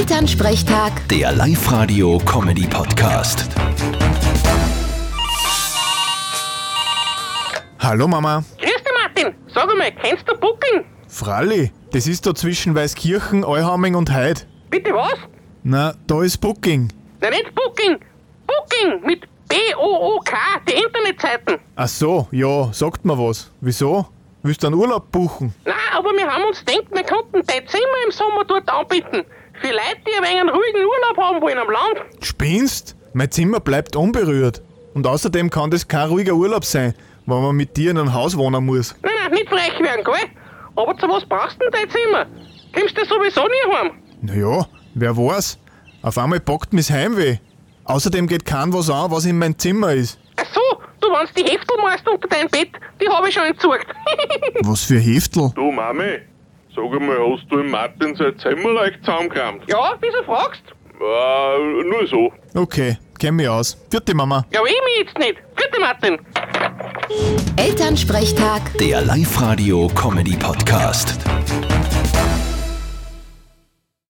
Elternsprechtag, Der Live-Radio-Comedy-Podcast. Hallo Mama. Grüß dich, Martin. Sag einmal, kennst du Booking? Fralli, das ist da zwischen Weißkirchen, Euhamming und Heid. Bitte was? Na, da ist Booking. Nein, nicht Booking. Booking mit B-O-O-K, die Internetseiten. Ach so, ja, sagt mir was. Wieso? Willst du einen Urlaub buchen? Na, aber wir haben uns gedacht, wir könnten dein Zimmer im Sommer dort anbieten. Für Leute, die ein wenig einen ruhigen Urlaub haben wollen am Land. Spinnst? Mein Zimmer bleibt unberührt. Und außerdem kann das kein ruhiger Urlaub sein, wenn man mit dir in ein Haus wohnen muss. Nein, nein, nicht frech werden, gell? Aber zu was brauchst du denn dein Zimmer? Kommst du sowieso nie heim? Naja, wer weiß. Auf einmal packt mich's Heimweh. Außerdem geht kein was an, was in mein Zimmer ist. Ach so, du warst die Heftelmeister unter deinem Bett, die habe ich schon entsorgt. Was für Heftel? Du Mami, sag einmal, hast du im Martin sein Zimmer leicht zusammengekramt? ja, wieso fragst? Äh, nur so. Okay, kenn mich aus. Vierte Mama. Ja, ich mich jetzt nicht. Bitte, Martin. Elternsprechtag. Der Live-Radio-Comedy-Podcast.